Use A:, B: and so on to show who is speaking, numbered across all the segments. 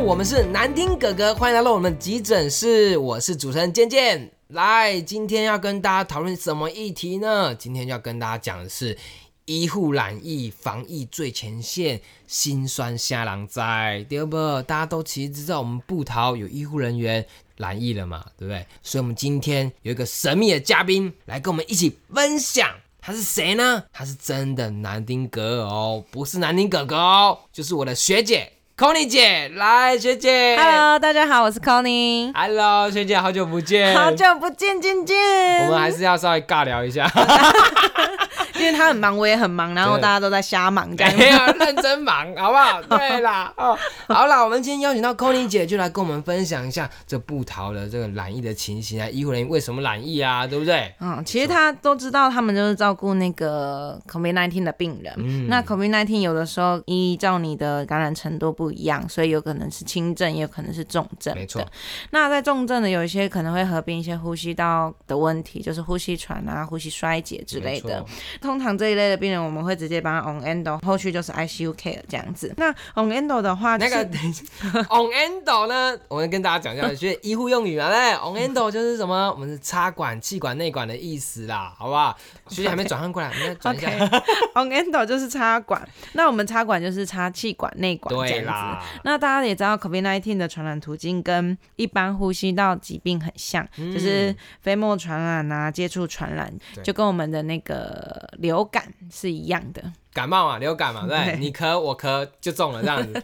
A: 我们是南丁哥哥，欢迎来到我们急诊室，我是主持人健健。来，今天要跟大家讨论什么议题呢？今天要跟大家讲的是医护染疫防疫最前线，心酸虾狼灾，对不？大家都其实知道，我们布桃有医护人员染疫了嘛，对不对？所以，我们今天有一个神秘的嘉宾来跟我们一起分享。他是谁呢？他是真的南丁格尔哦，不是南丁哥哥哦，就是我的学姐 c o n y 姐，来学姐
B: Hello，大家好，我是 Connie，
A: Hello，学姐，好久不见，
B: 好久不见，健健。
A: 我们还是要稍微尬聊一 下，
B: 因为他很忙，我也很忙，然后
A: 对
B: 大家都在瞎忙这
A: 没
B: 样。
A: 有认真忙，好不好？对啦，哦， 好啦，我们今天邀请到 c o n y 姐，就来跟我们分享一下这布桃的这个染疫的情形啊，医护人员为什么染疫啊，对不对？
B: 嗯，其实他都知道，他们就是照顾那个 COVID-19 的病人。
A: 嗯
B: 那 COVID-19 有的时候依照你的感染程度不一样，所以有可能是轻症，也有可能是重症。
A: 没错，
B: 那在重症的有一些可能会合并一些呼吸道的问题，就是呼吸喘啊、呼吸衰竭之类的
A: 没。错，
B: 通常这一类的病人，我们会直接帮他 on endo，后续就是 ICU care 这样子。那 on endo 的话、
A: 那
B: 就是，
A: 个 on endo 呢，我们跟大家讲一下，就是医护用语啊，嘞 on endo 就是什么？我们是插管、气管、内管的意思啦，好不好？学姐还没转换过来，我们再转一
B: OK，
A: 下。
B: on endo 就是插管，那我们插管就是插气管、内管这
A: 对
B: 样子。
A: 啦，
B: 那大家也知道，COVID-19 的传染途径跟一般呼吸道疾病很像，就是飞沫传染啊、接触传染
A: 嗯对，
B: 就跟我们的那个流感是一样的。
A: 感冒嘛，流感嘛，对不对，
B: 对
A: 你咳我咳就中了，这样 子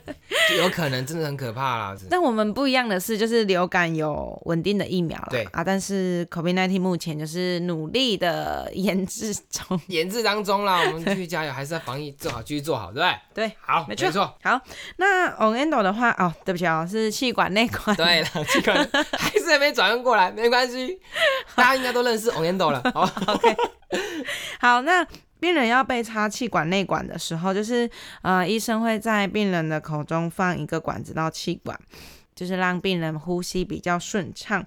A: 就有可能真的很可怕啦。
B: 但我们不一样的是，就是流感有稳定的疫苗
A: 对
B: 啦，啊，但是 COVID-19 目前就是努力的研制 中。
A: 研制当中啦，我们继续加油，还是要防疫做好，继续做好，对不对？
B: 对，
A: 好，没
B: 没错
A: 错，
B: 好，那 on endo 的话，哦，对不起哦，是气管内管。
A: 对 了，这个还是还没转换过来，没关系，大家应该都认识 on endo 了，好吧？
B: 好，那病人要被插气管内管的时候，就是呃，医生会在病人的口中放一个管子到气管，就是让病人呼吸比较顺畅。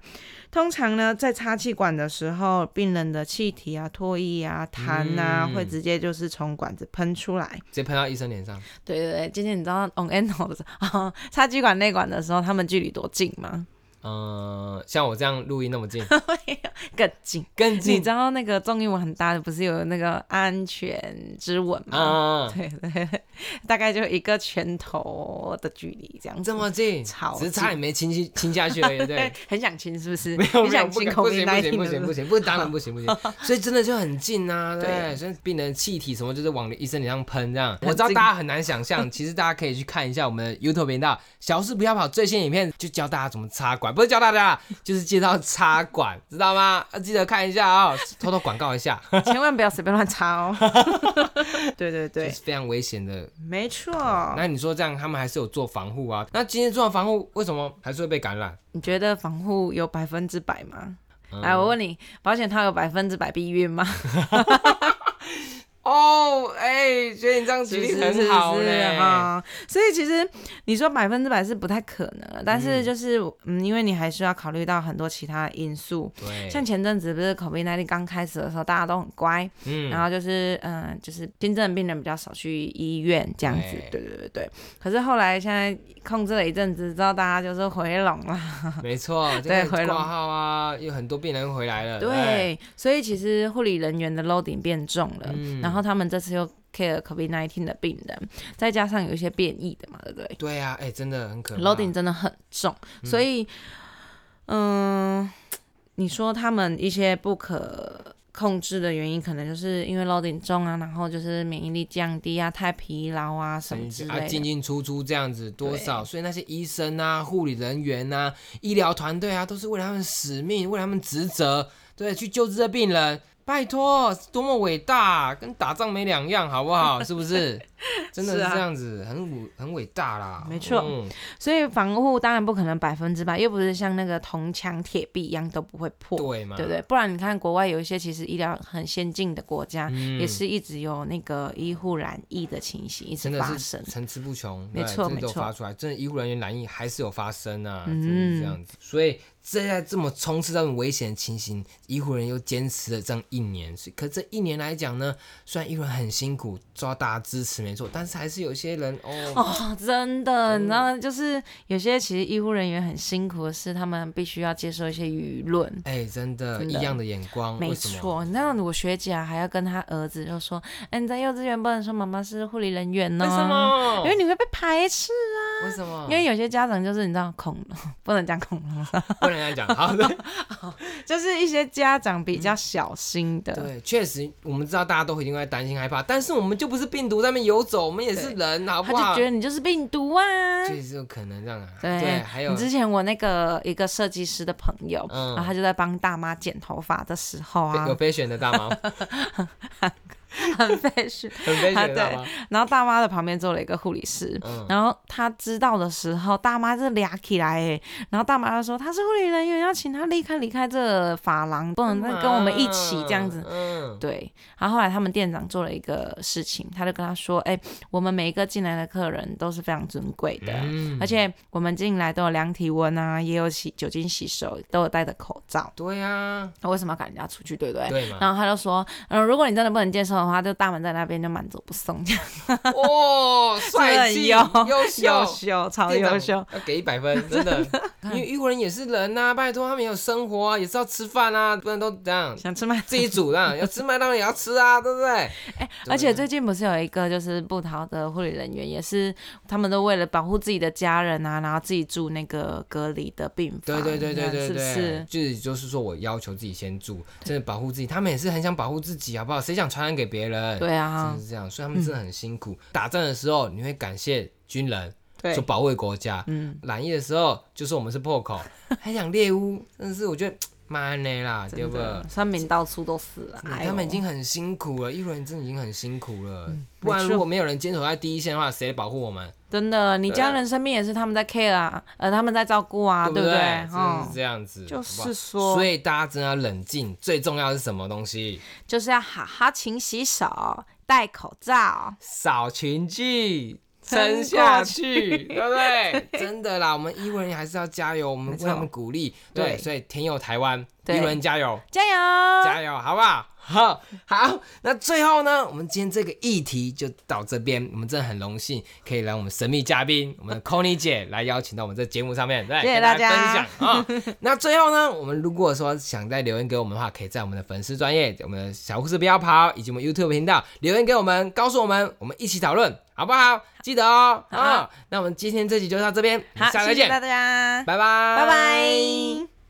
B: 通常呢，在插气管的时候，病人的气体啊、唾液啊、痰啊，
A: 嗯
B: 会直接就是从管子喷出来。
A: 直接喷到医生脸上，
B: 对对对，今天你知道 on endo 的时候， 啊插气管内管的时候，他们距离多近吗？
A: 嗯，像我这样录音那么 近，
B: 更近。
A: 更
B: 你
A: 近
B: 知，道那个综艺我很大的不是有那个安全之吻吗？
A: 嗯，
B: 对对，大概就一个拳头的距离这样子。
A: 这么近，
B: 超
A: 只是差
B: 近
A: 点没亲亲亲下去而已，对
B: 对。，很想亲是不是？
A: 没有
B: 很
A: 没有
B: 想
A: 不
B: 亲
A: 敢不
B: COVID
A: 行不行不行不
B: 19
A: 行，不当然不行不 行，所以真的就很近啊，对不对，
B: 对
A: 所以病人气体什么就是往医生脸上喷这样。
B: 很
A: 我知道
B: 近
A: 大家很难想象， 其实大家可以去看一下我们的 YouTube 频道“小事不要跑”最新影片，就教大家怎么插管，不是教大家， 就是介绍插管，知道吗？啊记得看一下啊、偷偷广告一下，
B: 千万不要随便乱插哦。 对对
A: 这
B: 对，
A: 是非常危险的。
B: 没错。
A: 那你说这样，他们还是有做防护啊？那今天做完防护，为什么还是会被感染？
B: 你觉得防护有百分之百吗？
A: 嗯
B: 来，我问你，保险套有百分之百避孕吗？
A: 哦，哎，所以你这样举
B: 其
A: 例
B: 实
A: 很好嘞、
B: 啊、所以其实你说百分之百是不太可能的，但是就是嗯，因为你还是要考虑到很多其他因素。
A: 对，
B: 像前阵子不是 COVID-19 刚开始的时候，大家都很乖，
A: 嗯
B: 然后就是嗯、呃就是轻症病人比较少去医院这样子，
A: 对
B: 对对对对。可是后来现在控制了一阵子之后，大家就是回笼了，
A: 没错，这
B: 对
A: 个
B: 回笼
A: 挂号啊，有很多病人回来了。哎
B: 对，所以其实护理人员的 loading 变重了，
A: 嗯
B: 然后他们这次又 care COVID-19 的病人，再加上有一些变异的嘛，对不对
A: 对对啊，哎、真的很可怕。
B: ？loading 真的很重，所以嗯、你说他们一些不可。控制的原因可能就是因为 loading 重啊，然后就是免疫力降低啊，太疲劳啊什么之类
A: 啊，
B: 的。
A: 进进出出这样子多
B: 对
A: 少？所以那些医生啊、护理人员啊、医疗团队啊，都是为了他们使命，为了他们职责，对，去救治这病人。拜托，多么伟大啊，跟打仗没两样，好不好？是不 是？真的是
B: 是啊
A: 这样子，很伟很伟大啦。
B: 没错
A: 嗯，
B: 所以防护当然不可能百分之百，又不是像那个铜墙铁壁一样都不会破，
A: 对嘛，
B: 对不对？不然你看国外有一些其实医疗很先进的国家，
A: 嗯
B: 也是一直有那个医护染疫的情形一直
A: 真的
B: 发
A: 是
B: 生。
A: 层出不穷，
B: 没
A: 对
B: 错
A: 这
B: 没
A: 都
B: 错
A: 发出来，真的医护人员难易还是有发生啊，
B: 嗯
A: 真的是这样子。所以这在这么充斥这种危险的情形，医护人员又坚持了这样一年，所以可这一年来讲呢，虽然医护人员很辛苦，受到大家支持没没错，但是还是有些人哦，
B: 哦，真的，你知道，就是有些其实医护人员很辛苦的是，他们必须要接受一些舆论。
A: 哎、真的，
B: 真
A: 异
B: 的
A: 样的眼光，
B: 没
A: 哦为什么
B: 错，你知道我学姐啊还要跟她儿子就说：“哎，你在幼稚园不能说妈妈是护理人员哦，
A: 为什？么？
B: 因为你会被排斥啊。
A: 为什么？
B: 因为有些家长就是你知道恐龙，不能讲恐 龙，
A: 不能这样讲，好的，
B: 就是一些家长比较小心的。
A: 对，确实，我们知道大家都一定会担心害怕，但是我们就不是病毒在那边游走，我们也是人，好
B: 他
A: 不
B: 就
A: 好
B: 觉？得你就是病毒啊。
A: 确实有可能这样啊。
B: 对，哎
A: 还有
B: 你之前我那个一个设计师的朋友，
A: 嗯
B: 然后他就在帮大妈剪头发的时候啊
A: 有，被选的大 妈，
B: 很 fashion。
A: 很被
B: 啊
A: 选的大妈，
B: 然后大妈的旁边坐了一个护理师，
A: 嗯，
B: 然后他知道的时候，大妈就俩起来哎，然后大妈就说他是护理人员，要请他立刻离开这发廊，不能再跟我们一起这样子。
A: 嗯，
B: 对，然后后来他们店长做了一个事情，他就跟他说：“哎、我们每一个进来的客人都是非常尊贵的，
A: 嗯
B: 啊而且我们进来都有量体温啊，也有洗酒精洗手，都有戴着口罩。
A: 对呀，
B: 那为什么要赶人家出去，对不对？”
A: 对嘛，
B: 然后他就说：“嗯、如果你真的不能接受的话，就大门在那边就满走不 送，这样
A: 哦，帅 气，
B: 是不是很
A: 优
B: 优
A: 秀。
B: 秀，超
A: 店长
B: 优秀。
A: 要给一百 分，真的，因为英国人也是人呐、拜托他们也有生活啊，也是要吃饭啊，不能都这样
B: 想吃麦
A: 自己煮 啦，要吃麦当劳也要吃啊，对不对？对
B: 而且最近不是有一个就是布桃的护理人员，也是他们都为了保护自己的家人啊，然后自己住那个隔离的病房，
A: 对对对对对
B: 是不
A: 对，
B: 是？
A: 就是就是说我要求自己先住，真的保护自己，他们也是很想保护自己，好不好？谁想传染给别人？
B: 对
A: 真
B: 啊
A: 的，是这样，所以他们真的很辛苦。打仗的时候，你会感谢军人，
B: 对
A: 说保卫国家；
B: 嗯，
A: 染疫的时候，就说我们是破口，还想猎巫，真的是我觉得妈呢啦，对
B: 真
A: 不？嗯
B: 的，酸民到处都是了，哎呦
A: 他们已经很辛苦了，医护人员真的已经很辛苦了。不
B: 嗯没
A: 然
B: 错
A: 如果没有人坚守在第一线的话，谁保护我们？
B: 真的，你家人生病也是他们在 care 啊，呃，他们在照顾啊，
A: 啊对
B: 不
A: 不对？
B: 对？
A: 真的
B: 哦
A: 是，这样子，
B: 就
A: 好不
B: 是
A: 好
B: 说，
A: 所以大家真的要冷静，最重要的是什么东西？
B: 就是要好好勤洗手，戴口罩。
A: 少群聚，
B: 撑
A: 撑下
B: 过
A: 去，对不对？ 真的啦，我们医护人员还是要加油，我们
B: 没
A: 为
B: 错
A: 他们鼓励。
B: 对
A: 对，所以天佑台湾，医
B: 对
A: 护人加油，
B: 加油！
A: 加油，好不好？好，好，那最后呢，我们今天这个议题就到这边。我们真的很荣幸可以来我们神秘嘉宾，我们的 c o n y 姐来邀请到我们这节目上面，对，
B: 谢谢
A: 跟
B: 大
A: 家
B: 家
A: 分享。啊、那最后呢，我们如果说想再留言给我们的话，可以在我们的粉丝专业、我们的小护士不要跑以及我们 YouTube 频道留言给我们，告诉我们，我们一起讨论，好不好？记得哦。
B: 好
A: 啊、那我们今天这集就到这边，我们
B: 好，
A: 下次再
B: 谢谢
A: 见，
B: 大家，
A: 拜拜，
B: 拜拜